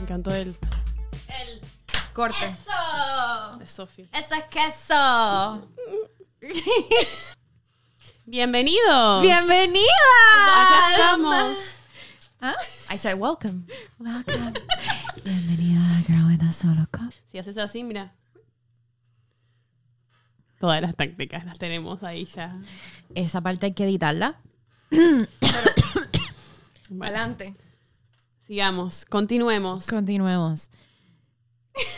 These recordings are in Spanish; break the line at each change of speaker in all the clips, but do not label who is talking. encantó el
El
Corte.
eso.
de Sofi.
Eso es queso.
Bienvenidos.
¡Bienvenida!
Acá estamos.
I said welcome.
Si haces así, mira. Todas las tácticas las tenemos ahí ya.
Esa parte hay que editarla.
Bueno,
Adelante.
sigamos, continuemos.
Continuemos.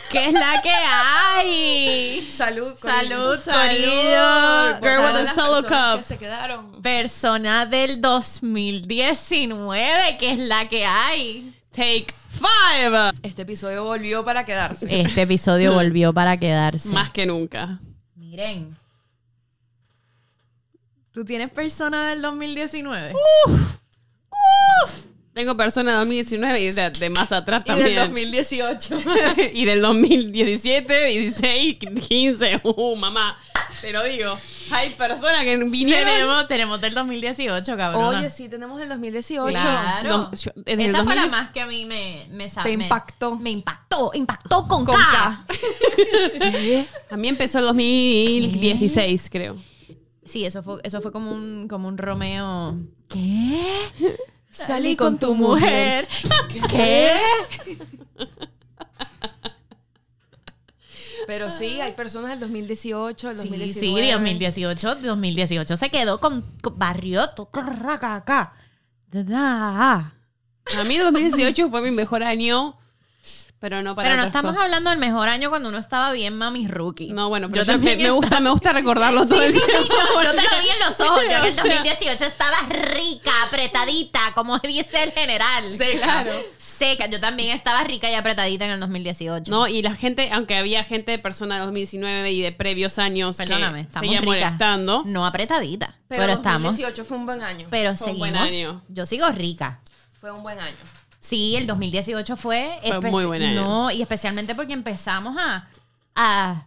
¿Qué es la que hay?
Salud.
Salud,
Corillo.
salud.
Por
Girl with a
todas las
solo
personas
cup.
Que se quedaron.
Persona del 2019, que es la que hay.
Take five.
Este episodio volvió para quedarse.
Este episodio volvió para quedarse.
Más que nunca.
Miren. ¿Tú tienes persona del 2019?
Tengo persona 2019 y de, de más atrás
y del
también.
2018.
y del 2017, 16, 15. Uh, mamá, te lo digo. Hay personas que vinieron.
tenemos, tenemos del 2018, cabrón.
Oye, sí, tenemos el 2018.
claro.
No, yo- desde el
Esa fue la
2000
más que a mí me, me sa-
Te
me- ¡Ah!
impactó.
Me, impactó, impactó con,
Con
K.
A mí empezó el 2016, creo.
Sí, eso fue, eso fue como un, como un Romeo.
Salí con tu mujer.
¿Qué?
Pero sí, hay personas del 2018, del
Sí,
2019.
sí, 2018, 2018 se quedó con, con barrio acá. ah.
A mí el 2018 fue mi mejor año, pero no para
Pero no
otras
estamos
cosas.
hablando del mejor año cuando uno estaba bien mami rookie.
No, bueno, pero
yo
yo me,
también
me gusta, me gusta recordarlo todo el tiempo.
yo, yo te lo vi en los ojos, yo en
O
el
sea,
2018 estaba rica, apretadita, como dice el general.
Sí, claro.
Seca, yo también estaba rica y apretadita en el 2018.
No, y la gente, aunque había gente de persona de 2019 y de previos años
Perdóname,
que
estamos
seguía
ricas.
molestando.
No apretadita, pero,
Pero,
estamos.
2018 fue un buen año.
Pero
Fue un
seguimos.
buen año.
Yo sigo rica.
Fue un buen año.
Sí, el 2018 fue...
Fue
espe-
muy buen año.
No, y especialmente porque empezamos a... a-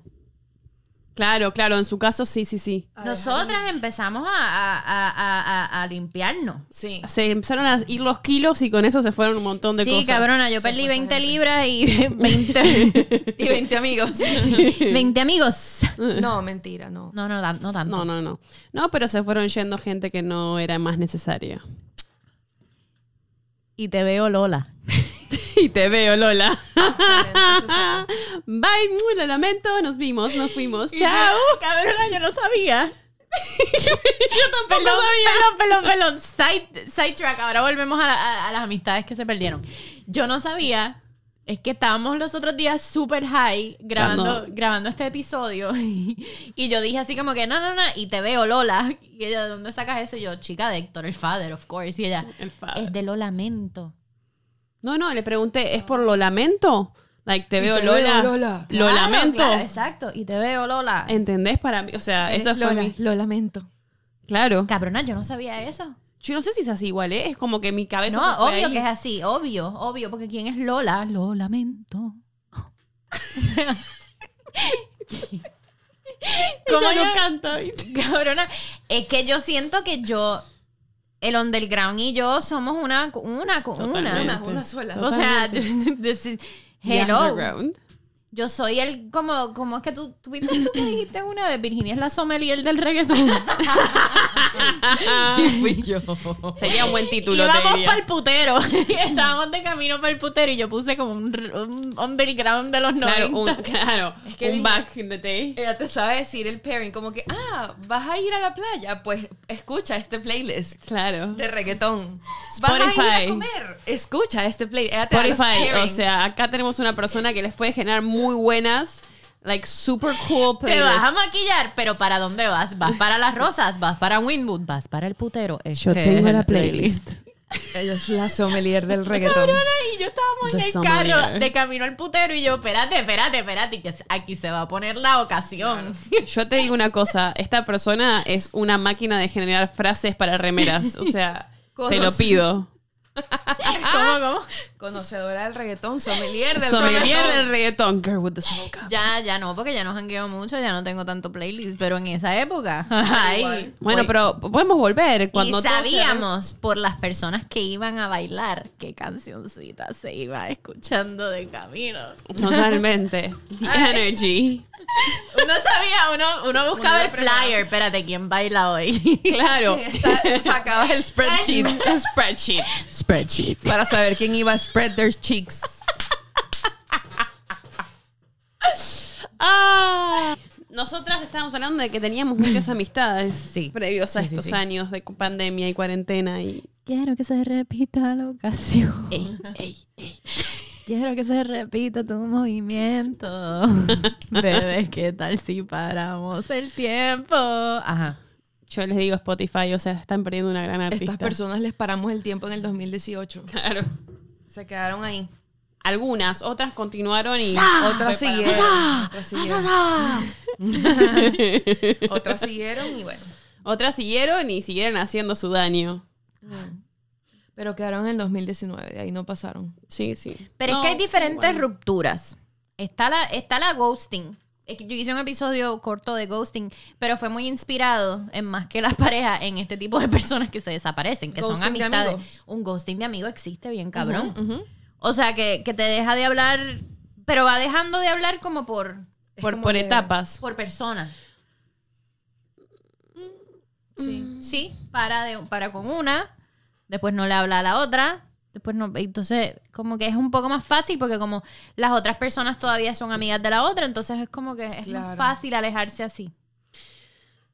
Claro, claro, en su caso sí, sí, sí.
A
nosotras empezamos a, a- a- a- a- a limpiarnos.
Sí.
Se empezaron a ir los kilos y con eso se fueron un montón de
sí,
cosas.
cabrona,
Se
yo
fue
perdí
esa
20
gente.
libras y 20,
Y 20 amigos.
20 amigos.
No, mentira, no.
No, no, da- no tanto.
No, no, no. No, pero se fueron yendo gente que no era más necesaria.
Y te veo Lola.
Y te veo, Lola.
Excelente,
Bye, mu, lo lamento, nos vimos, nos fuimos. Chao.
Cabrona, yo no sabía.
Yo tampoco
Pelón, pelón, pelón, pelón. Side, sidetrack. Ahora volvemos a, a- a las amistades que se perdieron. Yo no sabía. Es que estábamos los otros días super high grabando,
Ah, no.
grabando este episodio. Y yo dije así como que, no, no, no. Y te veo, Lola. Y ella, ¿de dónde sacas eso? Y yo, chica de Héctor, el father, of course. Y ella,
El father.
es de lo lamento.
No, no, le pregunté, ¿es por lo lamento? Like, te
Y
veo,
te veo,
Lola.
Lola.
Lo
Claro,
lamento. Eh,
claro, exacto. Y te veo, Lola.
¿Entendés? Para mí, o sea,
Eres
eso fue
Lola,
mi-
Lo lamento.
Claro.
Cabrona, yo no sabía eso.
Yo no sé si es así igual, ¿eh? Es como que mi cabeza. se
No,
fue
obvio
ahí.
que es así, obvio, obvio, porque ¿quién es Lola? Lo lamento. O sea,
Ella
¿cómo
no
yo-
canta, ¿viste?
cabrona, es que yo siento que yo, el underground y yo somos una, una,
Totalmente.
una.
una sola.
O sea,
Totalmente.
this is-
The
hello,
Underground.
yo soy el, como, como es que tú, tú, viste- tú que dijiste una vez, Virginia es la sommelier del reggaetón.
fui yo.
Sería un buen título, te
Íbamos
diría.
para el putero. Estábamos de camino para el putero y yo puse como un, r- un underground de los 90.
Claro, un, claro,
que
un
vi-
back in the day.
Ella te sabe decir el pairing, como que, ah, vas a ir a la playa, pues escucha este playlist
Claro.
de reggaetón. Vas a ir
Spotify.
a comer, escucha este playlist. Ella te da los
Spotify, o
pairings.
sea, acá tenemos una persona que les puede generar muy buenas, like super cool
Te vas a
playlists.
maquillar, pero ¿para dónde vas? ¿Vas para Las Rosas? ¿Vas para Winwood? ¿Vas para el putero? Este, Es
Yo
que
tengo
es
la
el
playlist.
Ella es la sommelier del reggaetón.
Y yo estábamos en
The
el
sommelier.
carro de camino al putero y yo, espérate, espérate, espérate, que aquí se va a poner la ocasión.
Yo te digo una cosa, esta persona es una máquina de generar frases para remeras, o sea, te lo
Cosas.
pido.
¿Cómo, cómo?
Conocedora del reggaetón, sommelier del
Sommelier
reggaetón.
del reggaetón. Girl with the soul.
Ya, ya no, porque ya no jangueo mucho, ya no tengo tanto playlist, pero en esa época. ay,
Bueno, pero podemos volver cuando
y
todo se
sabíamos por las personas que iban a bailar qué cancioncita se iba escuchando de camino.
Totalmente. The energy.
Uno sabía, uno, uno
Uno iba
buscaba el flyer, espérate, ¿quién baila hoy?
Claro.
Está- Sacabas el spreadsheet
Spreadsheet.
Spreadsheet.
para saber quién iba a spread their cheeks.
Ah. Nosotras estábamos hablando de que teníamos muchas amistades previos a
Sí, sí,
estos
sí.
años de pandemia y cuarentena y
Quiero que se repita la ocasión. Quiero que se repita tu movimiento. Bebé, ¿qué tal si paramos el tiempo? Ajá.
yo les digo Spotify, o sea, están perdiendo una gran artista.
Estas personas les paramos el tiempo en el 2018.
Claro.
Se quedaron ahí.
Algunas, otras continuaron y
Otras siguieron. Otras siguieron. Otras siguieron y bueno.
otras siguieron y siguieron haciendo su daño.
Pero quedaron en el 2019, de ahí no pasaron.
Sí, sí.
Pero
No,
es que hay diferentes
igual.
rupturas. Está la, está la ghosting. Es que yo hice un episodio corto de ghosting, pero fue muy inspirado en más que las parejas, en este tipo de personas que se desaparecen, que son
Ghosting de
amistades.
amigo.
un ghosting de amigo existe bien cabrón.
Ujú.
O sea, que, que te deja de hablar, pero va dejando de hablar como por,
Es
Por,
como
por
que-
etapas.
por persona.
Sí.
Sí, para, de, para con una, después no le habla a la otra, después no. Entonces, como que es un poco más fácil porque, como las otras personas todavía son amigas de la otra, entonces es como que es
Claro.
más fácil alejarse así.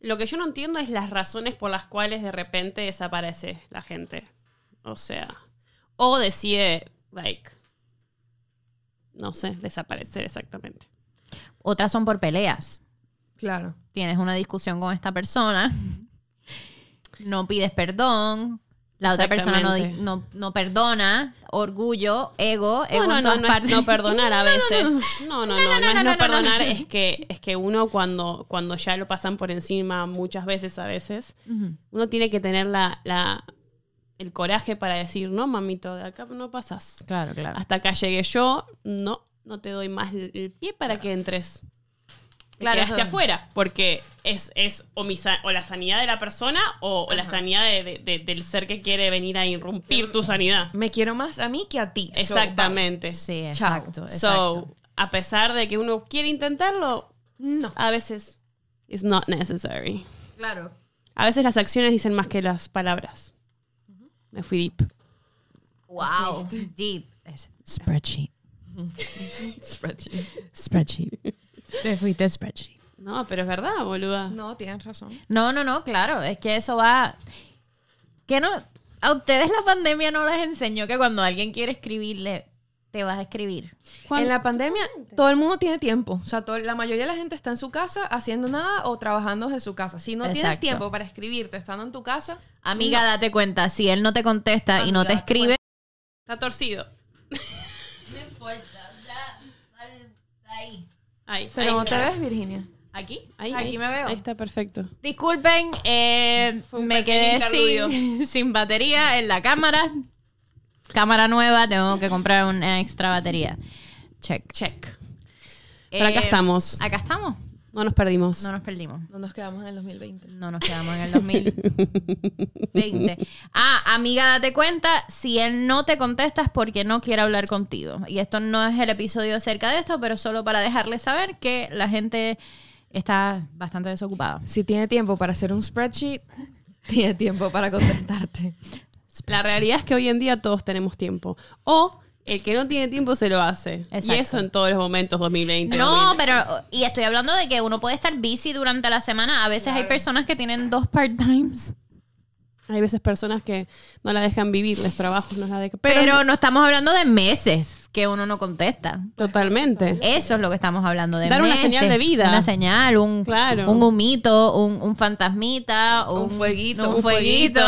Lo que yo no entiendo es las razones por las cuales de repente desaparece la gente. O sea, o decide, like, no sé, desaparecer exactamente.
Otras son por peleas.
Claro.
Tienes una discusión con esta persona, no pides perdón. La otra persona no, di-
Exactamente.
no, no perdona, orgullo, ego, ego
No,
en
no, no,
todas
no, es
partes.
no perdonar a veces. No, no, no, no, es
no,
no
no,
perdonar,
no.
es que es que uno cuando cuando ya lo pasan por encima muchas veces a veces,
Ujú.
uno tiene que tener la, la el coraje para decir, "No, mamito, de acá no pasas.
Claro, claro.
Hasta acá llegué yo, no no te doy más el el pie para que entres." Claro,
Claro,
quedaste
eso-
afuera, porque es, es o, mi sa- o la sanidad de la persona o, o la sanidad de- de- de- del ser que quiere venir a irrumpir tu sanidad.
Me quiero más a mí que a ti. So,
Exactamente.
Sí,
Chao.
exacto. exacto.
So, a pesar de que uno quiere intentarlo,
bye. No.
a veces it's not necessary.
Claro.
A veces las acciones dicen más que las palabras. Me fui deep.
Wow.
este.
Deep. Es- Spreadsheet. Spreadsheet. Te fuiste spreadsheet.
No, pero es verdad, boluda.
No, tienes razón.
No, no, no, claro. Es que eso va. Que no. A ustedes la pandemia no les enseñó que cuando alguien quiere escribirle, te vas a escribir.
Juan,
En la pandemia, todo el mundo tiene tiempo. O sea, todo- la mayoría de la gente está en su casa haciendo nada o trabajando desde su casa. Si no tienes
Exacto.
tiempo para escribirte estando en tu casa,
Amiga, date cuenta. Si él no te contesta y no
Amiga,
te
date
escribe.
Está torcido. Ahí,
pero
ahí,
no te ves, Virginia.
¿Aquí?
ahí,
Aquí
ahí.
me veo.
Ahí está perfecto.
Disculpen, eh, me quedé
pequeño
sin, sin batería en la cámara. Cámara nueva, tengo que comprar una extra batería. Check.
Check. Pero acá
Eh,
estamos.
Acá estamos.
No nos perdimos.
No nos perdimos.
No nos quedamos en el 2020.
No nos quedamos en el 2020. Ah, amiga, date cuenta, si él no te contesta es porque no quiere hablar contigo. Y esto no es el episodio acerca de esto, pero solo para dejarles saber que la gente está bastante desocupada.
Si tiene tiempo para hacer un spreadsheet, tiene tiempo para contestarte.
La realidad es que hoy en día todos tenemos tiempo. O el que no tiene tiempo se lo hace. Y
Exacto.
eso en todos los momentos 2020.
No,
2020.
pero y estoy hablando de que uno puede estar busy durante la semana. A veces hay personas que tienen dos part-times.
Hay veces personas que no la dejan vivir, los trabajos no la dejan.
Pero,
Pero,
no estamos hablando de meses que uno no contesta.
totalmente.
Eso es lo que estamos hablando de
Dar una
meses,
señal de vida.
Una señal, un,
Claro.
un humito, un, un fantasmita,
Un fueguito.
Un fueguito.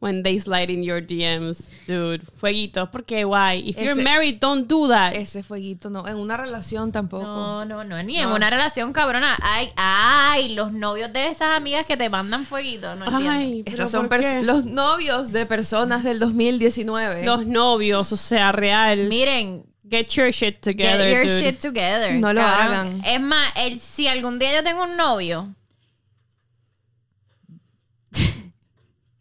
when they slide in your DMs, dude. Fueguito, ¿por qué? Why? If you're
Ese-
married, don't do that.
Ese fueguito, no. En una relación tampoco.
No, no, no, ni en una relación cabrona. Ay, ay, los novios de esas amigas que te mandan fueguito, no entiendo.
Ay, pero
Esas son
¿por
pers-
qué?
los novios de personas del 2019.
Los novios, o sea, real.
Miren,
Get your shit
get
together,
your
dude.
shit together.
No lo
cabrón.
hagan.
Es más, el- si algún día yo tengo un novio,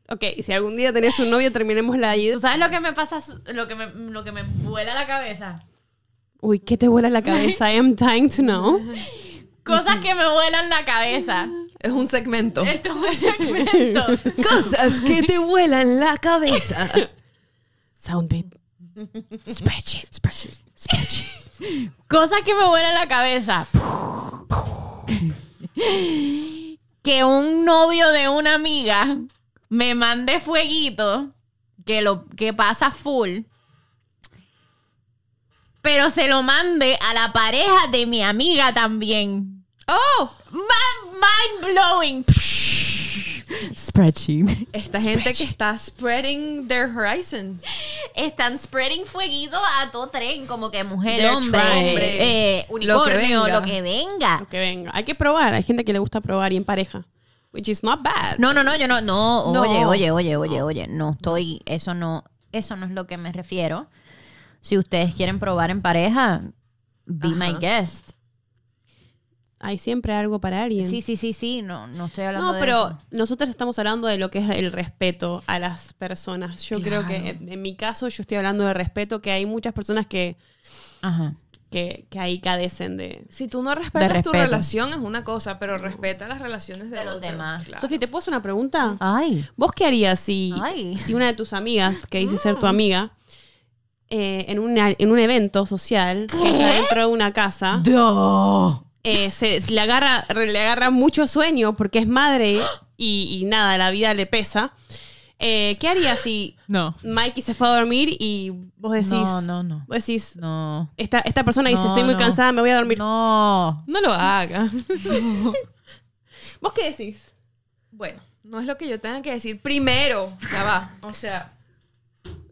Ok, si algún día tenés un novio, terminemos la idea.
¿tú sabes lo que me pasa? Lo que me, lo que me vuela la cabeza.
Uy, ¿qué te vuela la cabeza? I am dying to know.
Cosas que me vuelan la cabeza.
Es un segmento.
Esto es un segmento.
Cosas que te vuelan la cabeza.
Soundbit. Spreadsheet. Spreadsheet. Spreadsheet.
Cosas que me vuelan la cabeza. que un novio de una amiga me mande fueguito que lo que pasa full. Pero se lo mande a la pareja de mi amiga también.
¡Oh!
Ma- Mind blowing. Spreadsheet.
Esta gente que está spreading their horizons.
Están spreading fueguito a todo tren, como que mujer,
They're
hombre,
trying.
eh, unicornio,
venga.
lo que venga.
Lo que venga. Hay que probar. Hay gente que le gusta probar y en pareja. Which is not bad.
No, no, no, yo no, no,
No.
oye, oye, oye, oye, oye, no estoy, eso no, eso no es lo que me refiero. Si ustedes quieren probar en pareja, be my
Ajá.
guest.
Hay siempre algo para alguien.
Sí, sí, sí, sí, no, no estoy hablando
No,
de
pero
eso.
nosotros estamos hablando de lo que es el respeto a las personas. Yo creo que
Claro.
en, en mi caso yo estoy hablando de respeto, que hay muchas personas que,
Ajá.
que, que ahí cadecen de...
Si tú no respetas tu
respeto.
relación es una cosa, pero respeta las relaciones de,
De los
otro.
demás.
Claro.
Sofía, ¿te puedo hacer una pregunta?
Ay,
¿Vos qué harías si,
Ay.
si una de tus amigas, que dice ser tu amiga, eh, en, una- en un evento social, que está dentro de una casa, eh, se, se le, agarra, le agarra mucho sueño porque es madre y, y nada, la vida le pesa? Eh, ¿Qué harías si
no,
Mikey se fue a dormir y vos decís,
no, no, no,
vos decís
no.
esta, esta persona dice,
No,
estoy muy
no.
cansada, me voy a dormir?
No.
No lo hagas.
¿Vos qué decís?
bueno, no es lo que yo tenga que decir. Primero, ya va. O sea,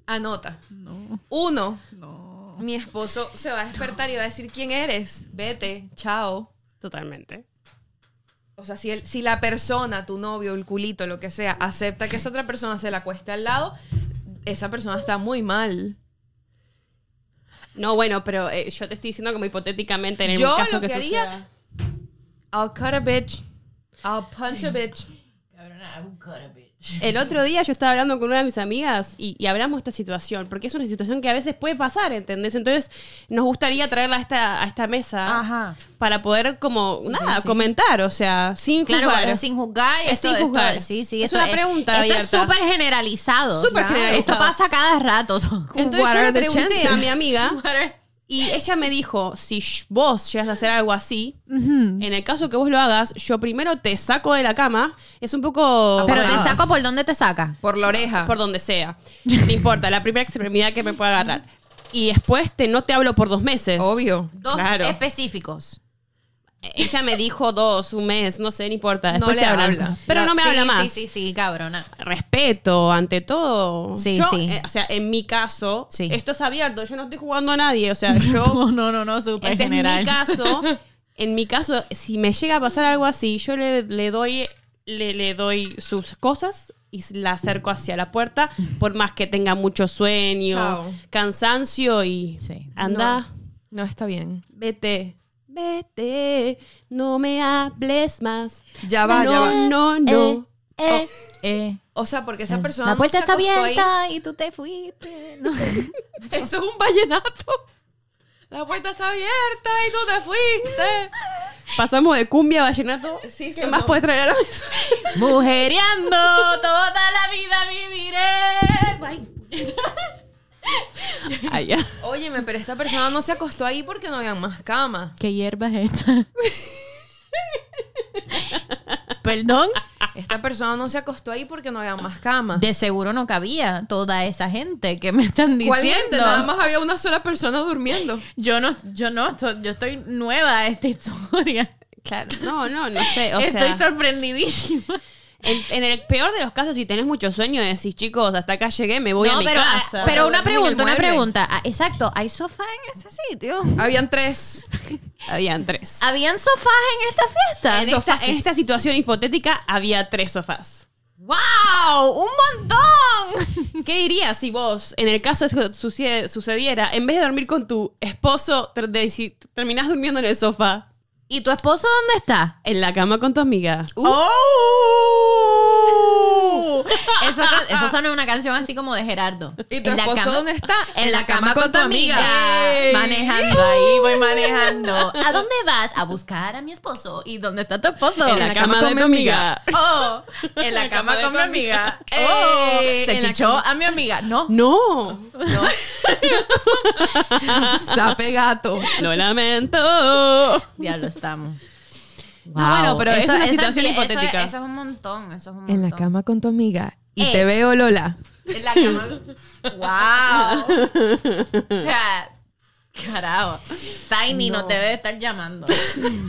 anota.
No.
Uno,
No.
mi esposo se va a despertar y va a decir, ¿quién eres? Vete, chao.
Totalmente.
O sea, si, el- si la persona, tu novio, el culito, lo que sea, acepta que esa otra persona se la cueste al lado, esa persona está muy mal.
No, bueno, pero eh, yo te estoy diciendo como hipotéticamente en el
Yo
caso
lo
que,
que haría-
suceda.
I'll cut a bitch. I'll punch a bitch.
El otro día yo estaba hablando con una de mis amigas y, y hablamos de esta situación, porque es una situación que a veces puede pasar, ¿entendés? Entonces nos gustaría traerla a esta, a esta mesa
Ajá.
para poder como, nada, comentar, o sea, sin
Claro,
juzgar.
claro, sin juzgar.
Es
esto-
sin
esto-
juzgar.
sí, sí.
Es
esto
una pregunta
Esto
abierta.
es súper generalizado.
Súper generalizado.
Esto pasa cada rato.
Entonces
What
yo
are
le
the
pregunté
chances?
a mi amiga y ella me dijo, si sh- vos llegas a hacer algo así, en el caso que vos lo hagas, yo primero te saco de la cama, es un poco...
Pero te
Amarradas.
saco por dónde te saca.
Por la oreja.
por donde sea. No importa, la primera extremidad que me pueda agarrar. Y después te, no te hablo por dos meses.
Obvio.
Dos
Claro.
específicos.
Ella me dijo dos, un mes, no sé, no importa.
No
Después
le
se hablan.
habla.
Pero no me
Sí,
habla
sí,
más.
Sí, sí, sí, cabrona.
Respeto, ante todo.
Sí,
Yo,
sí.
eh, o sea, en mi caso,
Sí.
esto es abierto. Yo no estoy jugando a nadie. O sea, yo.
no, no, no, súper
este es mi caso. En mi caso, si me llega a pasar algo así, yo le, le doy. Le, le doy sus cosas y la acerco hacia la puerta, por más que tenga mucho sueño,
Chao.
cansancio y
Sí.
anda.
No está bien.
Vete. Vete, no me hables más.
Ya va,
no,
ya va. Oh.
No, no,
Eh, eh.
O sea, porque esa persona.
La
no
puerta
se
está
acostó ahí.
abierta y tú te fuiste. No.
Eso es un vallenato. La puerta está abierta y tú te fuiste.
Pasamos de cumbia a vallenato.
Sí,
¿Qué
sonó.
más puedes traer a la mesa?
Mujereando, toda la vida viviré.
Ay, ya.
Óyeme, pero esta persona no se acostó ahí porque no había más cama.
¿Qué hierba es esta? Perdón,
Esta persona no se acostó ahí porque no había más cama.
de seguro no cabía toda esa gente que me están
¿Cuál gente?
diciendo.
Nada más había una sola persona durmiendo.
Yo no, yo no, esto- yo estoy nueva a esta historia.
Claro, no, no, no sé. O
estoy
sea,
sorprendidísima.
En, en el peor de los casos, si tenés mucho sueño, decís, chicos, hasta acá llegué, me voy a
No,
mi
pero,
casa.
ah, pero
Dormir en
una
el
pregunta, una
mueble.
pregunta. Ah, Exacto, ¿hay sofá en ese sitio?
Habían tres.
Habían tres.
¿Habían sofás en esta fiesta?
en, esta, en esta situación hipotética, había tres sofás.
¡Wow! ¡Un montón!
¿Qué dirías si vos, en el caso de que sucie- sucediera, en vez de dormir con tu esposo, ter- de- si terminás durmiendo en el sofá,
¿Y tu esposo dónde está?
en la cama con tu amiga?
¡Oh!
Uh,
Eso, eso suena una canción así como de Gerardo.
¿Y tu
En la
esposo
cama-
dónde está?
En la cama con tu amiga.
Ey.
Manejando ahí, voy manejando. ¿A dónde vas? A buscar a mi esposo. ¿Y dónde está tu esposo?
En la, cama, de
con
tu
mi amiga.
amiga.
Oh, en la cama con mi amiga. Oh,
Eh,
se
en la
chichó a mi amiga. No.
No,
Sape gato.
lo lamento.
Diablo, estamos.
No, bueno, pero es una situación hipotética.
Eso, es un montón, eso es un montón.
En la cama con tu amiga. Y
Eh.
te veo, Lola.
En la cama. ¡Wow! O sea, carajo. Tiny no, te debe estar llamando.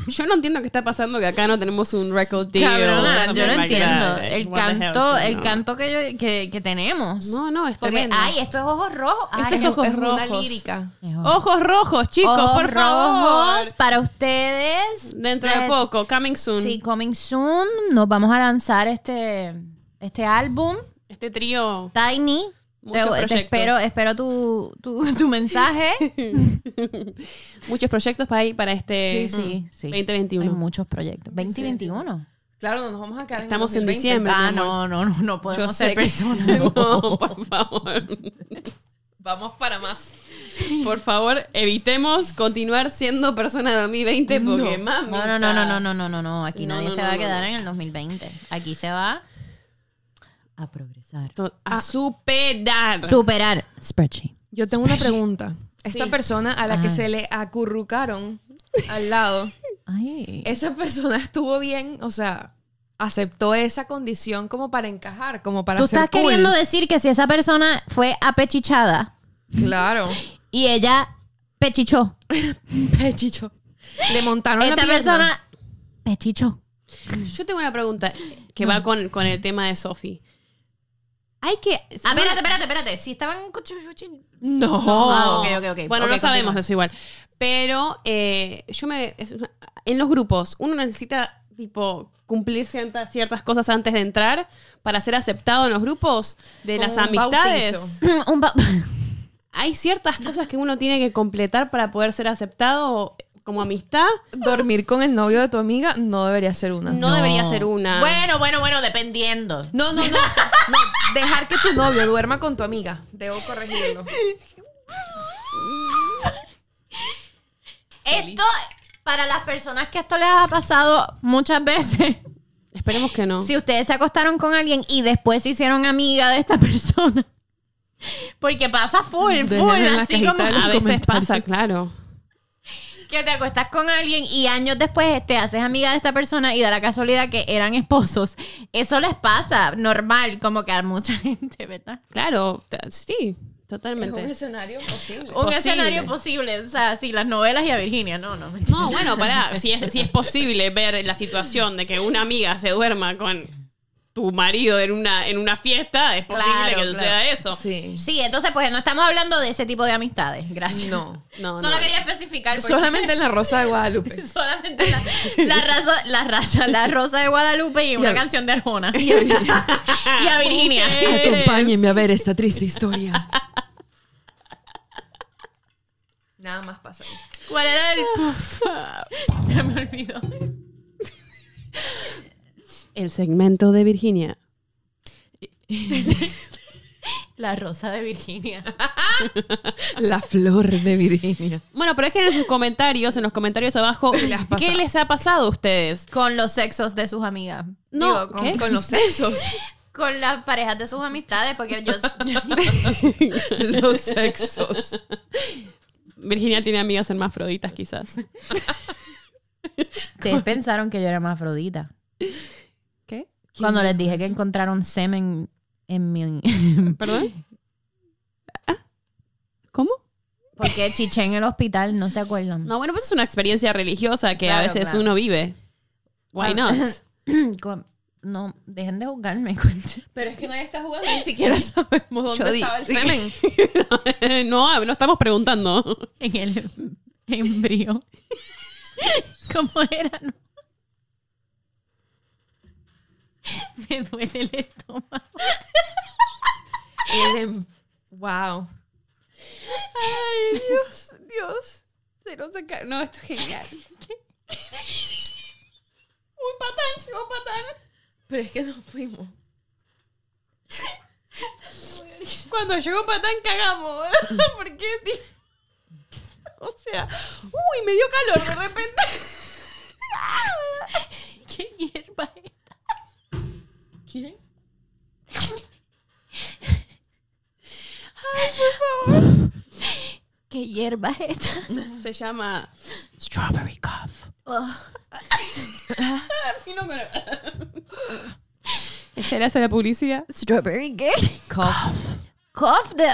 Yo no entiendo qué está pasando que acá no tenemos un record deal.
Cabrona, yo no
Something like
entiendo.
that.
El
What the hell's
canto,
going
el
on?
canto que, yo- que, que tenemos.
No, no, es
Porque,
tremendo.
ay, esto es ojos rojos. Ay,
Esto es ojos
Es una
rojos.
lírica.
es ojos-
Ojos rojos, chicos,
Ojos
por favor.
rojos para ustedes.
Dentro de
Eh,
poco, coming soon.
Sí, coming soon. Nos vamos a lanzar este, este álbum.
Este trío.
Tiny. Te,
Muchos
te
proyectos.
espero, espero tu, tu, tu mensaje.
Muchos proyectos para, ahí, para este
Sí, sí, sí.
2021.
Eh, mm, Hay muchos proyectos. 2021.
Claro, no nos vamos a quedar en
Estamos en
2020.
diciembre.
Ah,
mi amor.
no, no, no, no podemos
Yo sé
ser
que-
personas.
No, por favor.
Vamos para más.
Por favor, evitemos continuar siendo personas de 2020 porque, mami.
No, no, no, no, no, no, no, no, no. Aquí
No,
nadie
no,
se
no,
va a
no,
quedar
no.
en el 2020. Aquí se va a progresar.
A superar.
Superar. Spreadsheet.
Yo tengo una pregunta. Esta
Sí.
persona a la que
Ah.
se le acurrucaron al lado,
Ay.
esa persona estuvo bien, o sea, aceptó esa condición como para encajar, como para
Tú
ser
estás
cool.
queriendo decir que si esa persona fue apechichada
Claro.
y ella pechichó,
Pechicho. Le montaron Ah, la
esta
pierna.
persona pechichó.
Yo tengo una pregunta que va con, con el tema de Sofi. Hay que.
Ah, espérate, espérate, espérate. Si estaban cuchuchuchin.
No.
Ah, ok, ok, ok.
Bueno,
Ok,
no sabemos
continúa.
eso igual. Pero eh, yo me. es una- En los grupos, uno necesita, tipo, cumplir ciertas, ciertas cosas antes de entrar para ser aceptado en los grupos de
Como
las
un
amistades.
bautizo.
Un pa-
Hay ciertas cosas que uno tiene que completar para poder ser aceptado como amistad.
Dormir con el novio de tu amiga no debería ser una.
No, debería ser una.
Bueno, bueno, bueno, dependiendo.
No, no, no. No, dejar que tu novio duerma con tu amiga. Debo corregirlo.
Esto, para las personas que esto les ha pasado muchas veces,
Esperemos que no.
si ustedes se acostaron con alguien y después se hicieron amiga de esta persona, porque pasa full,
Déjenlo
full,
en la
así
cajita
como
de los
a veces pasa,
comentarios.
claro.
que te acuestas con alguien y años después te haces amiga de esta persona y da la casualidad que eran esposos. Eso les pasa, normal, como que a mucha gente, ¿verdad?
Claro, t- sí,
Es un
totalmente.
escenario posible.
Un
Posible.
escenario posible, o sea, sí, las novelas y a Virginia, no, no. mentira.
No, bueno, pará, si es, si es posible ver la situación de que una amiga se duerma con tu marido en una, en una fiesta, es posible
Claro,
que suceda eso.
Sí.
Sí, entonces pues no estamos hablando de ese tipo de amistades, gracias.
No.
No,
Solo
no.
quería especificar. por si-
Solamente en la Rosa de Guadalupe.
Solamente la, la raza, la raza, la rosa de Guadalupe y una
a-
canción de Arjona. Y a Virginia.
Acompáñenme a ver esta triste historia. Nada más pasa. ahí.
¿Cuál era el Se me olvidó.
El segmento de Virginia.
La rosa de Virginia.
La flor de Virginia.
Bueno, pero dejen en sus comentarios, en los comentarios abajo,
Sí, las pasa.
¿qué les ha pasado a ustedes?
Con los sexos de sus amigas.
No,
Digo, con,
¿qué?
Con los sexos.
con las parejas de sus amistades, porque yo.
Los sexos.
Virginia tiene amigas hermafroditas, quizás.
Ustedes pensaron que yo era afrodita.
¿Qué?
Cuando les dije que encontraron semen en mi.
¿Perdón? Ah, ¿Cómo?
Porque chiché en el hospital, no se acuerdan.
No, bueno, pues es una experiencia religiosa que a
Claro,
veces
claro.
uno vive. Why
Ah.
not?
Con- no, dejen de juzgarme. cuente.
Pero es que no ya está jugando, ni siquiera sabemos dónde
Yo di-
estaba el semen.
no, no estamos preguntando.
en el embrión. ¿Cómo era? No. Me duele el estómago.
El em- Wow.
Ay, Dios, Dios. Se nos acaba- No, esto es genial.
Uy, patán, llegó patán. Pero es que nos fuimos.
Cuando llegó Patán cagamos. ¿Por qué? tío? O sea, uy, me dio calor de repente.
¿Qué hierba es esta? ¿Qué? ¿Qué hierba es esta?
Se llama Strawberry Cough. Y Ah. no me Ella le hace la publicidad.
Strawberry gay.
Cough.
Cough de.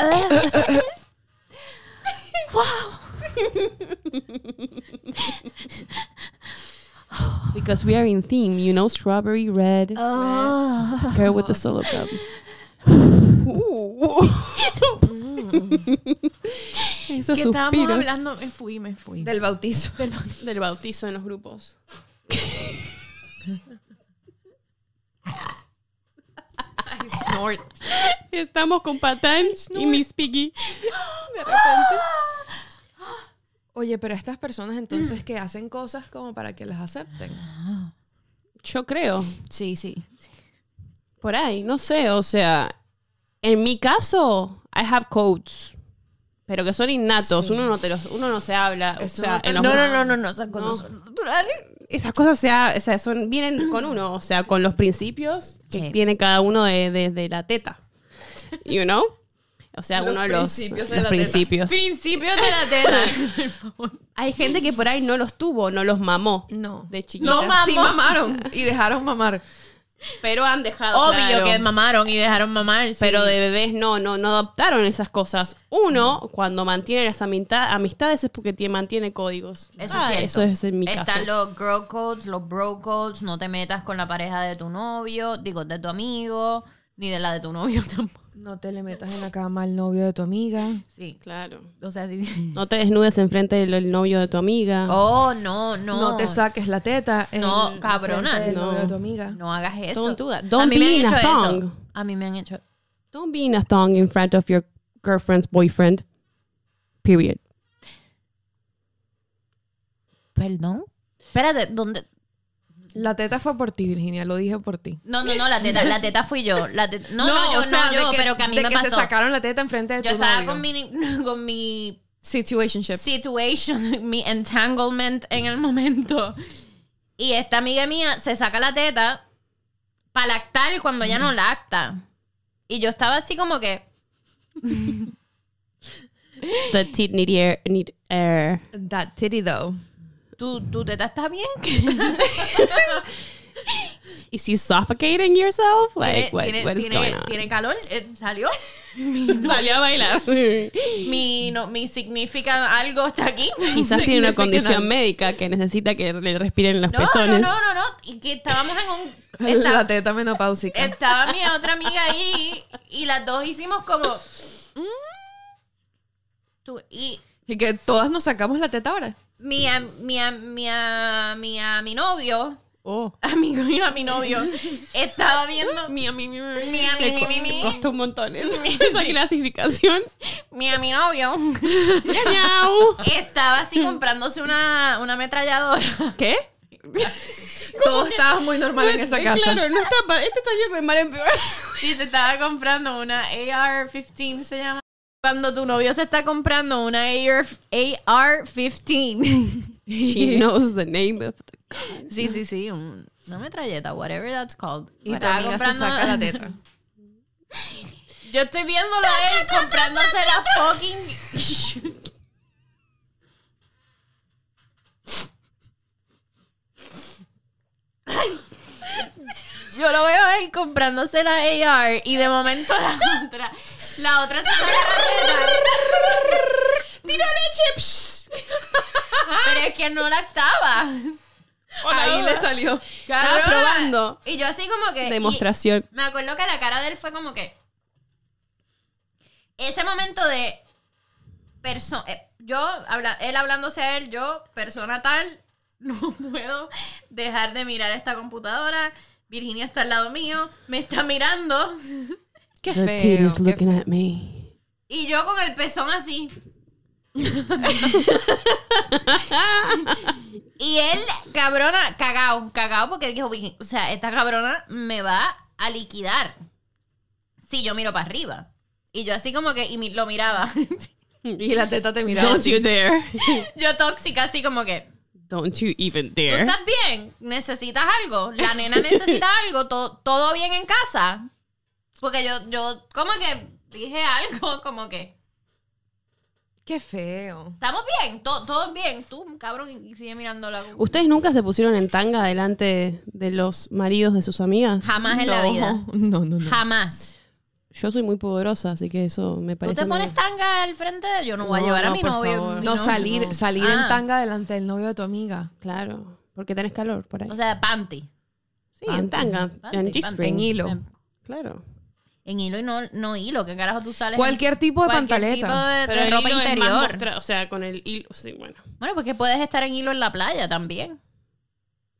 Because we are in theme, you know, strawberry red.
Oh.
Girl with the solo cup. Eso
Que estábamos hablando. Me fui, me fui.
Del bautizo.
del bautizo en los grupos.
Ay, snort.
Estamos con Patán y Miss Piggy.
Oye, pero estas personas entonces que hacen cosas como para que las acepten.
Yo creo,
Sí, sí.
por ahí, no sé, o sea, en mi caso, I have codes, pero que son innatos, uno, no te los, uno no se habla, o
Eso
sea,
no te-
en
No,
los-
no, no, no, no, esas cosas son naturales.
esas cosas se ha- o sea, son, vienen con uno, o sea, con los principios que
Sí.
tiene cada uno de, de- de la teta, you know? O sea,
Los
uno de los
principios de
los
la teta.
principios.
Principio de la tela.
Hay gente que por ahí no los tuvo, no los mamó
No.
de chiquita,
No mamó.
Sí mamaron y dejaron mamar.
pero han dejado
Obvio
claro.
que mamaron y dejaron mamar. sí.
Pero de bebés no, no, no adoptaron esas cosas. Uno, cuando mantiene las amita- amistades es porque tie- mantiene códigos.
Eso
Ah,
es cierto.
Eso es en mi
Están
caso.
los girl codes, los bro codes. No te metas con la pareja de tu novio, digo, de tu amigo, ni de la de tu novio tampoco.
No te le metas en la cama al novio de tu amiga.
Sí.
Claro.
O sea, sí.
No te desnudes enfrente del del novio de tu amiga.
Oh, no, no.
No, te saques la teta. en-
No, cabrona.
frente del
No.
novio de tu amiga.
No hagas eso.
Don't do that. Don't
a mí me
be
han
in
hecho
a
eso.
thong.
A mí me han hecho.
Don't be in a thong in front of your girlfriend's boyfriend. Period.
Perdón. Espérate, ¿dónde?
La teta fue por ti, Virginia. Lo dije por ti.
No, no, no, la teta, la teta fui yo. La teta- No, no, yo,
o sea,
no,
de
yo, pero que a mí
de
me
que se
pasó.
sacaron la teta enfrente de
Yo
tu
estaba
novio.
con mi, con mi
Situationship.
situation, mi entanglement en el momento. Y esta amiga mía se saca la teta para lactar cuando ya no lacta. Y yo estaba así como que,
The teeth need air. Need air.
That titty, though.
¿tu, tu teta está bien?
Is she suffocating yourself?
¿Tiene,
Like, what,
tiene-
what is
tiene-
going on?
tiene calor? Eh, ¿Salió?
Salió a bailar.
Mi, no, mi significa algo está aquí.
Quizás tiene una
Significant.
condición médica que necesita que le respiren los
No, no, no,
pezones.
no, no. Y que estábamos en un...
La
esta- Eh,
teta menopáusica.
estaba mi otra amiga ahí y las dos hicimos como... "Mm". Tú, y
Y que todas nos sacamos la teta ahora.
mi, am- mi, am- mi, am- mi, am- mi novio,
Oh.
amigo mío, mi novio, estaba viendo mi,
Mi, mi, mi, mi.
mi, mi, mi, mi, mi,
Costó un montón esa, esa clasificación.
mi, mi novio,
Miau, miau.
estaba así comprándose una, una ametralladora.
¿Qué?
Todos estábamos muy normal en esa casa.
Pues, eh, Claro, no está pa- Este está yendo de mal en peor.
Sí, se estaba comprando una AR-15, se llama. Cuando tu novio se está comprando una AR AR-15.
She knows the name of the
Sí, sí, sí, un- una metralleta, whatever that's called.
Y tu
Estaba
amiga se
comprando-
saca la teta.
Yo estoy viéndolo a él comprándose la fucking. Yo lo veo a él comprándose la AR y de momento la otra. La otra se saca la teta. ¡Tira leche! Pero es que no lactaba.
Ahí le salió. eh,
Estaba
Cabrona.
probando.
Y yo así como que... y
Demostración.
me acuerdo que la cara de él fue como que... Ese momento de... perso- eh, yo, habla él hablándose a él, yo, persona tal, no puedo dejar de mirar esta computadora. Virginia está al lado mío, me está mirando.
Qué feo. qué feo.
at me.
Y yo con el pezón así. y él, cabrona, cagao, cagao, porque él dijo, "Virgin- o sea, esta cabrona me va a liquidar. Si yo miro para arriba. Y yo así como que, y mi- lo miraba.
Y la teta te miraba.
Don't you dare.
yo tóxica, así como que,
Don't you even
¿tú
dare.
estás bien? ¿Necesitas algo? ¿La nena necesita algo? ¿Todo, todo bien en casa? Porque yo, yo como que dije algo, como que...
Qué feo.
Estamos bien, todo, todo bien. Tú, cabrón, y- y sigue mirando la
¿Ustedes nunca se pusieron en tanga delante de los maridos de sus amigas?
Jamás en la vida.
No, no, no.
Jamás.
Yo soy muy poderosa, así que eso me
¿Tú
parece.
te pones
una-
tanga al frente de Yo no voy
No,
a llevar
no,
a mi
por
novio.
favor.
mi
No,
novio,
salir,
no.
salir
Ah,
en tanga delante del novio de tu amiga.
Claro, porque tenés calor por ahí.
O sea, panty.
sí, en tanga.
panty,
en
panty.
G-string.
En hilo.
Claro.
En hilo y no, no hilo. ¿Qué carajo tú sales? en-
Cualquier tipo de
cualquier
pantaleta.
tipo de- de, ropa interior.
o sea, con el hilo. Sí, bueno.
Bueno, porque puedes estar en hilo en la playa también.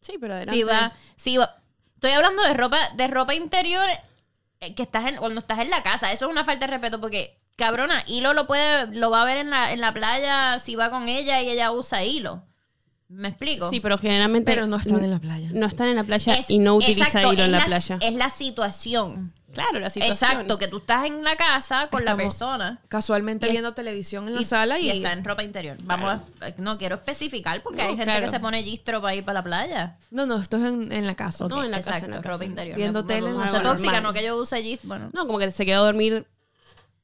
Sí, pero adelante.
Si va, si va. Estoy hablando de ropa, de ropa interior eh, que estás en, cuando estás en la casa. Eso es una falta de respeto porque, cabrona, hilo lo puede, lo va a ver en la, en la playa si va con ella y ella usa hilo. ¿Me explico?
Sí, pero generalmente.
Pero no están en la playa.
No están en la playa
Es-
y no utiliza
exacto,
hilo
es
en la, playa.
Es la situación.
claro, la
Exacto, que tú estás en la casa con la
Estamos-
persona.
Casualmente
Y-
viendo televisión en la sala y,
y está en ropa interior. Vamos a- eh, no quiero especificar porque
No,
hay gente
claro.
que se pone gistro para ir para la playa.
No, no, esto es en, en la casa.
No, en la casa,
Exacto,
en la
ropa
casa.
interior.
Viendo
Me- me-
tele en la
No sea
sala.
tóxica,
Normal.
no que yo use gist, bueno.
No, como que se quedó a dormir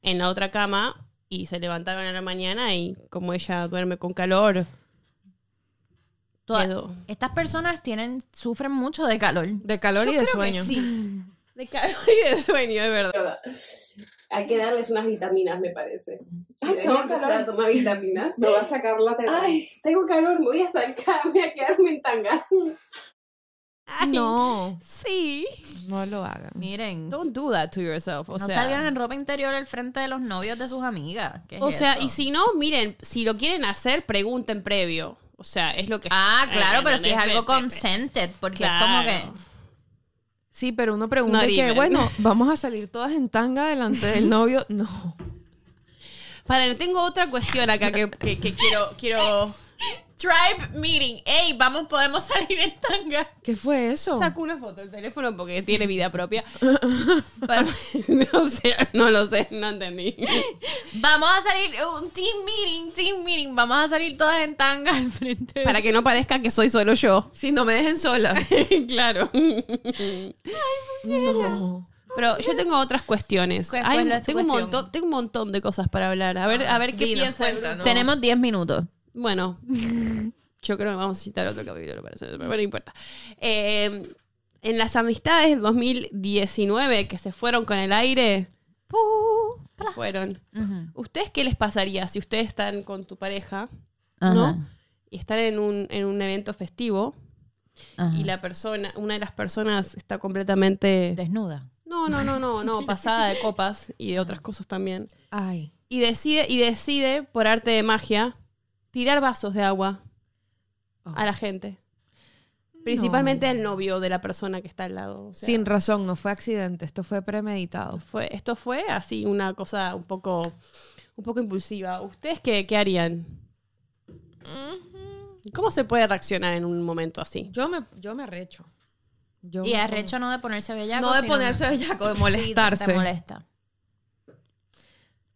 en la otra cama y se levantaron a la mañana y como ella duerme con calor.
Toda-
Quedó.
estas personas tienen, sufren mucho de calor.
De calor y de sueño.
sí. De calor y de sueño, es verdad. Hay que darles unas vitaminas, me parece.
tengo calor.
tomar vitaminas.
Me va a sacar la teta.
tengo calor, me voy a sacar, me voy a quedarme en tanga.
Ah, No,
Sí.
no lo hagan.
Miren,
Don't do that to yourself. O
no
sea,
salgan en ropa interior al frente de los novios de sus amigas. ¿Qué es
O sea,
eso?
y si no, miren, si lo quieren hacer, pregunten previo. O sea, es lo que.
Ah, claro,
Eh,
pero si es
¿entendés?
algo
Pe- pe-
consented, porque es
Claro.
como que...
Sí, pero uno pregunta
Not
que,
even.
bueno, vamos a salir todas en tanga delante del novio. No.
Para, tengo otra cuestión acá que, que- que quiero, quiero.
Tribe meeting. Ey, vamos, podemos salir en tanga.
¿Qué fue eso?
Saco una foto del teléfono porque tiene vida propia. Para- no sé, no lo sé, no entendí.
Vamos a salir, uh, un team meeting, team meeting. Vamos a salir todas en tanga al frente.
Para que no parezca que soy solo yo.
Sí, no me dejen sola.
claro.
No.
Pero yo tengo otras cuestiones.
¿Cuál-
Hay-
cuál es tu
tengo, un
cuestión?
montón, tengo un montón de cosas para hablar. A ver, a ver qué
Dinos,
piensan.
cuéntanos.
Tenemos 10 minutos.
Bueno, yo creo que vamos a citar otro capítulo, parece, pero no importa. Eh, en las amistades del 2019 que se fueron con el aire, ¡puu! fueron.
Ujú.
¿Ustedes qué les pasaría si ustedes están con tu pareja,
Ajá,
no? Y están en un, en un evento festivo
ajá.
y la persona, una de las personas está completamente...
Desnuda.
No, no, no, no, no, pasada de copas y de otras cosas también.
Ay.
Y decide, y decide, por arte de magia, tirar vasos de agua
Oh.
a la gente. Principalmente al novio de la persona que está al lado. o sea,
Sin razón, no fue accidente, esto fue premeditado.
fue, esto fue así una cosa un poco, un poco impulsiva. ¿Ustedes qué, qué harían? ¿Cómo se puede reaccionar en un momento así?
Yo me, yo me arrecho. Yo
Y
me
arrecho no de ponerse bellaco.
No de
sino-
ponerse bellaco, de
Sí,
molestarse.
te molesta.
pongo-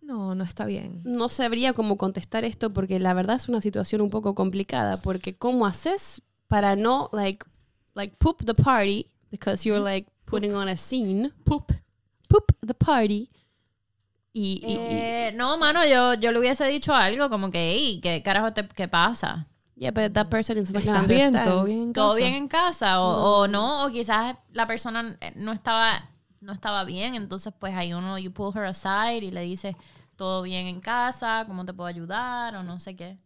No, no está bien.
No sabría cómo contestar esto porque la verdad es una situación un poco complicada porque ¿cómo haces para no like like poop the party because you're like putting on a scene poop poop the party y, y- y-
Eh, no, mano, yo, yo le hubiese dicho algo como que, hey, ¿qué carajo te qué pasa?
yeah but that person is not
¿Estás
gonna
bien?
understand.
Pues ¿Todo bien en
¿Todo
casa?
bien en casa? O, o no, o quizás la persona eh, no estaba, no estaba bien, entonces pues ahí uno, you pull her aside y le dices, todo bien en casa, ¿cómo te puedo ayudar? O no sé qué.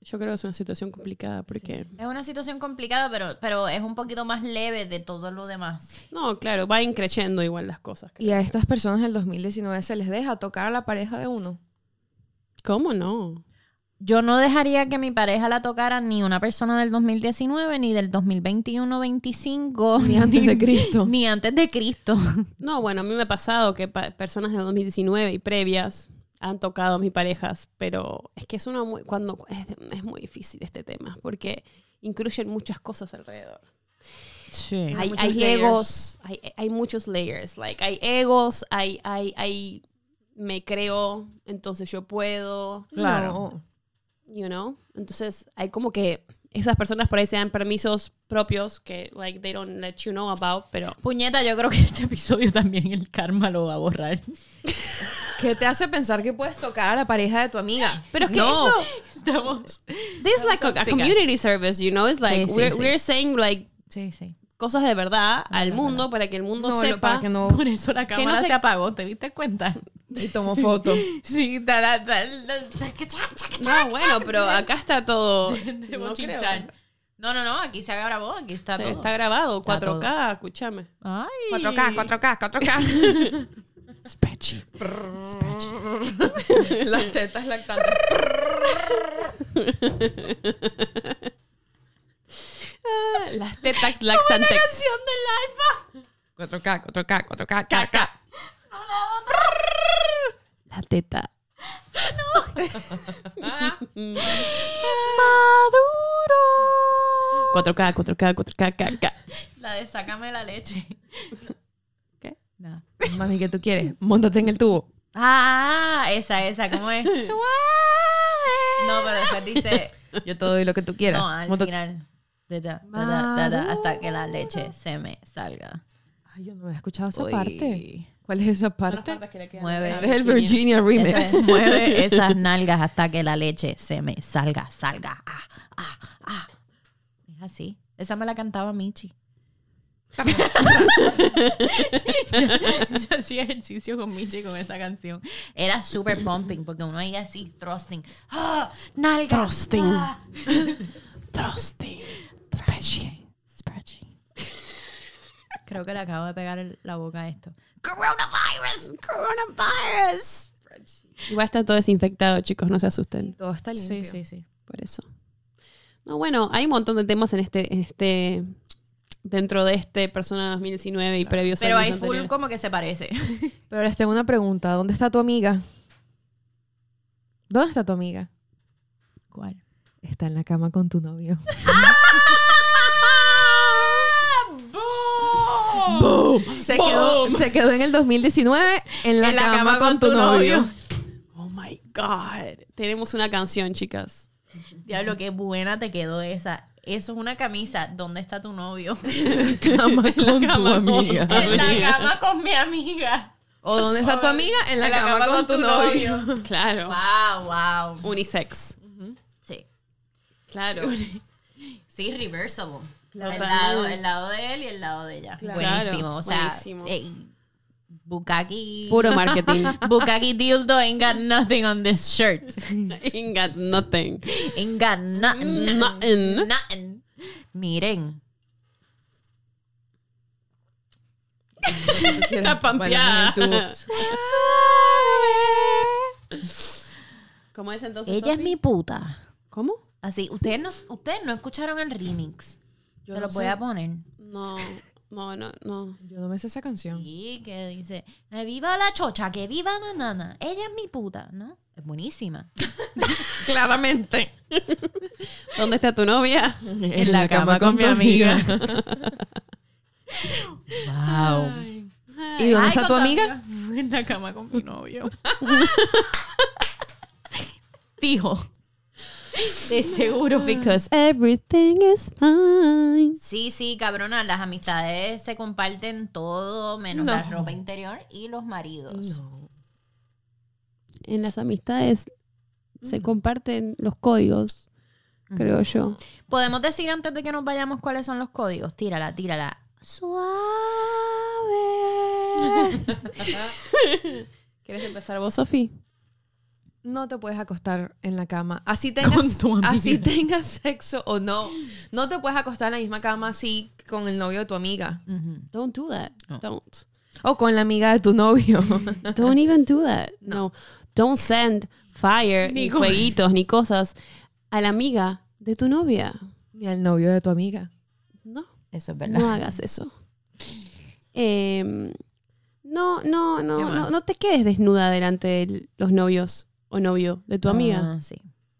Yo creo que es una situación complicada porque...
Es una situación complicada, pero, pero es un poquito más leve de todo lo demás.
No, claro, va increciendo igual las cosas. creo.
Y a estas personas del 2019 se les deja tocar a la pareja de uno.
¿Cómo no?
Yo no dejaría que mi pareja la tocara ni una persona del 2019, ni del 2021-25.
Ni antes de Cristo.
Ni antes de Cristo.
No, bueno, a mí me ha pasado que pa- personas de 2019 y previas han tocado a mis parejas, pero es que es una muy, cuando es, es muy difícil este tema porque incluyen muchas cosas alrededor.
Sí.
Hay,
muchos
hay
layers.
egos, hay, hay muchos layers, like hay egos, hay, hay, hay, me creo, entonces yo puedo,
Claro.
No.
you know. Entonces hay como que esas personas por ahí se dan permisos propios que like they don't let you know about, pero
Puñeta, yo creo que este episodio también el karma lo va a borrar.
¿Qué te hace pensar que puedes tocar a la pareja de tu amiga?
Pero es que
no.
esto-
Estamos.
This is like a, a community service, you know? It's like
Sí, sí,
we're,
sí.
we're saying like
Sí, sí.
cosas de verdad al mundo para que el mundo
No, lo-
sepa.
para que no.
Por eso la
Que no
cámara
se-
se apagó, ¿te diste cuenta?
Y tomó foto.
Sí, da, da, da, da, da, que cha, cha, que cha,
No, bueno, pero acá está todo. No,
Debo
creo.
chinchar. No, no, no, aquí se grabó, aquí está
Sí,
todo.
está grabado,
Está
4K, escúchame.
Ay.
4K, 4K, 4K.
Spreadsheet.
Las tetas lactantes.
Las Tetax Laxantex.
4K, 4K, 4K, caca.
La teta. No. Maduro. 4K, 4K, 4K, caca.
La de sácame la leche.
¿Qué?
No.
Mami, ¿qué tú quieres? Móntate en el tubo.
Ah, esa, esa, ¿cómo es? No, pero después dice,
Yo te doy lo que tú quieras.
no, al
Móntate-
final. Da, da, da, da, da, da, hasta que la leche se me salga.
Ay, yo no había escuchado esa
Uy.
parte. ¿Cuál es esa parte?
Mueve.
Ese es el Virginia Remix.
Esa es, mueve esas nalgas hasta que la leche se me salga, salga. Ah, ah, ah. Es así. Esa me la cantaba Michi. yo, yo hacía ejercicio con Michi con esa canción. Era super pumping porque uno ahí así thrusting. ¡Ah! ¡Nalgas!
Thrusting.
¡Ah!
Trusty.
Spreadsheet. Creo que le acabo de pegar el- la boca a esto. ¡Coronavirus! ¡Coronavirus!
Igual está todo desinfectado, chicos, no se asusten.
Todo está limpio.
Sí, sí, sí.
Por eso. No, bueno, hay un montón de temas en este, en este dentro de este persona 2019 y previos
Pero
años
hay full
anteriores.
como que se parece.
Pero les tengo una pregunta. ¿Dónde está tu amiga? ¿Dónde está tu amiga?
¿Cuál?
Está en la cama con tu novio.
¡Ah!
Se quedó, se quedó en el 2019 en la, cama, con, tu, novio.
Oh my god. Tenemos una canción, chicas.
Diablo, qué buena te quedó esa. Eso es una camisa. ¿Dónde está tu novio?
Cama con
cama
tu
con tu novio.
amiga.
Amiga.
cama con mi amiga.
¿O dónde está tu amiga? En la, cama, con, tu, novio.
Claro.
Wow, wow.
Unisex.
Sí.
Claro.
Sí, reversible.
Claro.
El, lado, el lado de él y el lado de ella.
Claro.
Buenísimo. O sea,
Buenísimo.
ey, Bukaki.
Puro marketing.
Bukaki Dildo ain't got nothing on this shirt.
Ain't got nothing.
Ain't got nothing.
Nothing.
Nothing. Miren.
Está pampeada.
Bailar en el
¿Cómo es entonces?
Ella es
Sofi?
mi puta.
¿Cómo?
Así, ustedes no, ustedes no escucharon el remix.
Yo
Se
no
lo voy
sé.
a poner.
No, no, no, no.
Yo no me sé esa canción.
Sí, que dice, "Que viva la chocha, que viva la nana. Ella es mi puta, ¿no? Es buenísima.
Claramente.
¿Dónde está tu novia?
En
la cama con mi amiga. Wow.
¿Y dónde está tu amiga?
En la cama con mi novio. Fijo. De seguro.
Because everything is fine.
Sí, sí, cabrona, las amistades se comparten todo, menos
No.
la ropa interior y los maridos.
No.
En las amistades se comparten los códigos, creo yo.
Podemos decir antes de que nos vayamos cuáles son los códigos. Tírala, tírala. Suave.
¿Quieres empezar vos, Sofi?
no te puedes acostar en la cama. Así tengas,
tu amiga.
así tengas sexo o no. No te puedes acostar en la misma cama así con el novio de tu amiga.
Don't do that.
No.
Don't.
O con la amiga de tu novio.
Don't even do that. No. Don't send fire, ni,
Ni co-
jueguitos, ni cosas a la amiga de tu novia.
Ni al novio de tu amiga.
No,
Eso es
no hagas eso. Em, no, no,
Qué
no,
mal.
no, no te quedes desnuda delante de los novios o novio de tu amiga.
Ah, sí.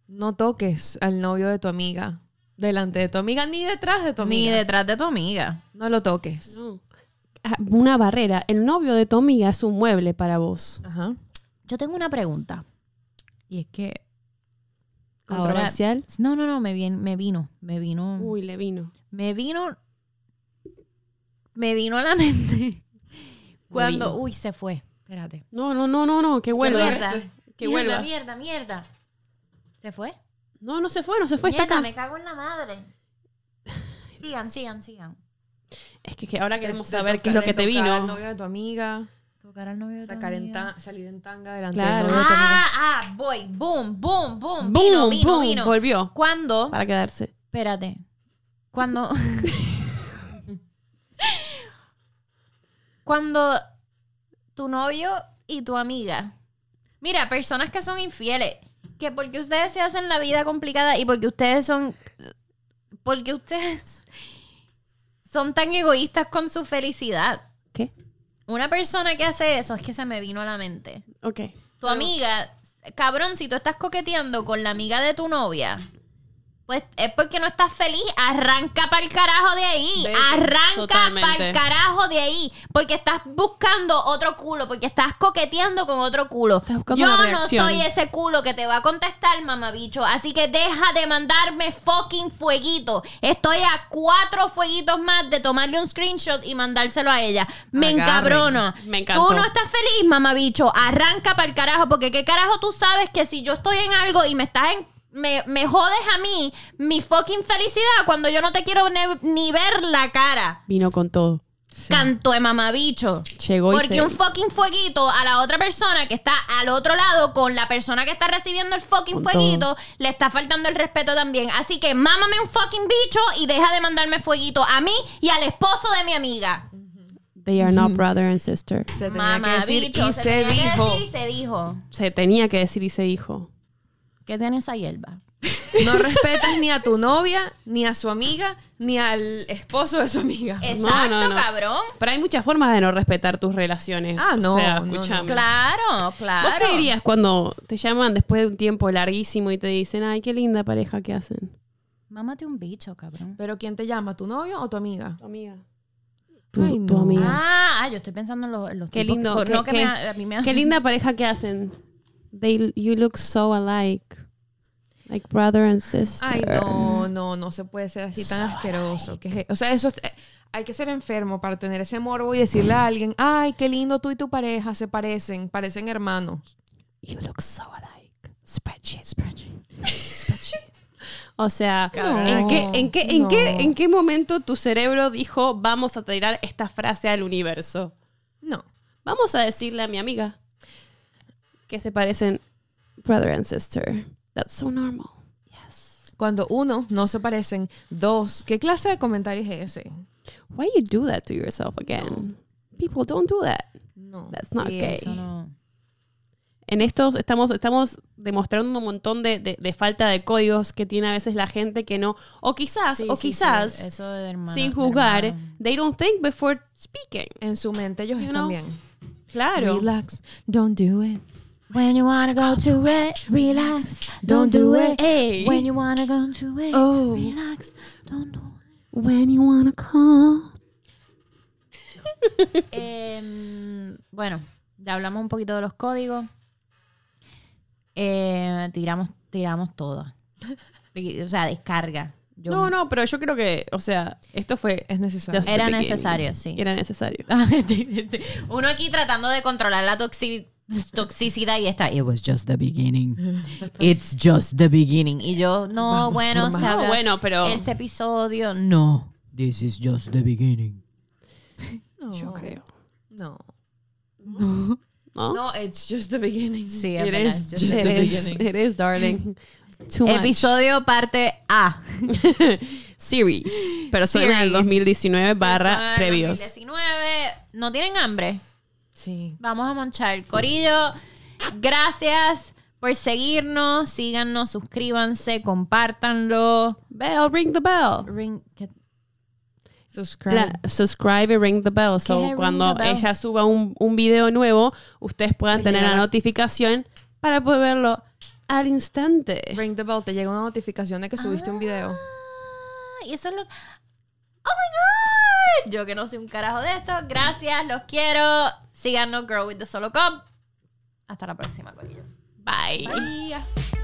No toques al novio de tu amiga. Delante de tu amiga, ni detrás de tu
Ni
amiga.
detrás de tu amiga.
No lo toques.
No. Ah, Una barrera. El novio de tu amiga es un mueble para vos.
Ajá.
Yo tengo una pregunta. Y es que. Ahora, Mm.
Controversial.
no, no, no, me, vien- me vino. Me vino.
Uy, le vino.
Me vino. Me vino a la mente. Cuando. Uy, se fue. Espérate.
No, no, no, no, no, que vuelva.
mierda.
Que
mierda,
vuelva.
mierda, mierda. ¿Se fue?
No, no se fue, no se fue, está
mierda,
acá.
me cago en la madre. Sigan, sigan, sigan.
Es que, que ahora queremos
De- de
saber qué es
toca-
lo que
de
te
tocar Al
vino.
novio de tu amiga.
Tocar al novio de tu
Sacar en
amiga.
ta- salir en tanga delante
Claro.
del novio de tu amiga.
Ah, ah, voy. Boom, boom, boom. vino,
¡Bum!
vino,
¡Bum!
vino.
Volvió
Cuando.
para quedarse.
Espérate. Cuando. Cuando tu novio y tu amiga. Mira, personas que son infieles. Que porque ustedes se hacen la vida complicada y porque ustedes son. Porque ustedes son tan egoístas con su felicidad.
¿Qué?
Una persona que hace eso es que se me vino a la mente.
Ok.
Tu amiga, cabrón, si tú estás coqueteando con la amiga de tu novia, pues es porque no estás feliz. Arranca para el carajo de ahí.
Vete.
Arranca para
Totalmente.
el carajo de ahí. Porque estás buscando otro culo. Porque estás coqueteando con otro culo.
Estás buscando
Yo
una
no
reacción.
soy ese culo que te va a contestar, mamabicho. Así que deja de mandarme fucking fueguito. Estoy a cuatro fueguitos más de tomarle un screenshot y mandárselo a ella. Me
Agarren.
encabrona.
Me encantó.
Tú no estás feliz, mamabicho. Arranca para el carajo. Porque qué carajo tú sabes que si yo estoy en algo y me estás en. Me, me jodes a mí mi fucking felicidad cuando yo no te quiero ne- ni ver la cara.
Vino con todo.
Canto de mamabicho.
Llegó y
Porque
se...
un fucking fueguito a la otra persona que está al otro lado con la persona que está recibiendo el fucking
Con
fueguito, le está faltando el respeto también. Así que mámame un fucking bicho y deja de mandarme fueguito a mí y al esposo de mi amiga.
They are not brother and sister.
Se tenía que
Mamá
decir
bicho,
y
se,
se,
tenía que
dijo.
decir y se dijo.
Se tenía que decir y se dijo.
¿Qué tiene esa hierba?
No respetas ni a tu novia, ni a su amiga, ni al esposo de su amiga.
Eh.
Exacto,
no, no.
cabrón.
Pero hay muchas formas de no respetar tus relaciones.
Ah, no,
O sea,
no, no.
escúchame.
Claro, claro.
¿Vos qué dirías cuando te llaman después de un tiempo larguísimo y te dicen, ay, qué linda pareja que hacen?
Mámate un bicho, cabrón.
Pero ¿quién te llama? ¿Tu novio o tu amiga?
Tu amiga.
Ay,
Tu,
no.
amiga.
Ah, ah, yo estoy pensando en los, en los
Qué
tipos que-
lindo.
no,
qué,
que me
qué-
ha- a mí me
qué
hacen-
linda pareja que hacen. They, you look so alike. Like brother and sister.
Ay,
eh.
no, no, no se puede ser así tan asqueroso. Que es- o sea, eso es- eh, hay que ser enfermo para tener ese morbo y decirle a alguien, ay, qué lindo tú y tu pareja se parecen, parecen hermanos.
You look so alike. Spreadsheet, spreadsheet. spreadsheet. O sea, ¿en, qué, en, qué, en,
no.
qué, ¿en qué momento tu cerebro dijo vamos a tirar esta frase al universo?
No.
Vamos a decirle a mi amiga que se parecen brother and sister. That's so normal. Yes.
Cuando uno, no se parecen. Dos, ¿qué clase de comentario es ese?
Why you do that to yourself again? People don't do that.
No.
That's not
Sí,
gay.
eso no.
en estos estamos, estamos demostrando un montón de, de- de falta de códigos que tiene a veces la gente que no, o quizás,
Sí,
o
sí, sí,
quizás,
Eso de hermano-
sin
de
juzgar,
hermano.
they don't think before speaking.
En su mente ellos
You
están
know.
bien.
Claro.
Relax, don't do it.
When you wanna go to it, relax, don't do it.
Ey.
When you wanna go to it,
Oh.
relax, don't do it.
When you wanna call.
Em, bueno, ya hablamos un poquito de los códigos. Eh, tiramos, tiramos todo. Y- O sea, descarga. Yo-
No, no, pero yo creo que, o sea, esto fue.
Es necesario.
just the
Era
beginning.
necesario, sí.
Era necesario.
Uno aquí tratando de controlar la toxi- toxicidad y está. It was just the beginning. It's just the beginning. Y yo, no,
Vamos
bueno,
por más.
se habla-
No, bueno, pero.
este episodio, no. This is just the beginning.
No.
Yo creo.
No.
¿no?
No, it's just the beginning.
Sí,
it
apenas,
is
just
just
the
the
it, is,
beginning.
it is, darling. Too much.
Episodio parte A.
Series. Pero suena
Series.
el 2019
Persona
barra
del
previos.
2019. ¿No tienen hambre?
Sí.
Vamos a monchar. Corillo, gracias por seguirnos. Síganos, suscríbanse, compártanlo.
Bell, ring the bell.
Ring- ¿qué-
Subscribe.
La- subscribe y ring the bell.
¿Qué es
So,
ring
cuando
the bell?
ella suba un, un video nuevo, ustedes puedan
Les
tener la
llegará.
notificación para poder verlo al instante.
Ring the bell. Te llega una notificación de que subiste un video.
Ah, Y eso es lo. ¡Oh my God! Yo que no soy un carajo de esto. Gracias, los quiero. Síganos, Grow with the Solo Cup. Hasta la próxima, Corillo. Bye.
Bye.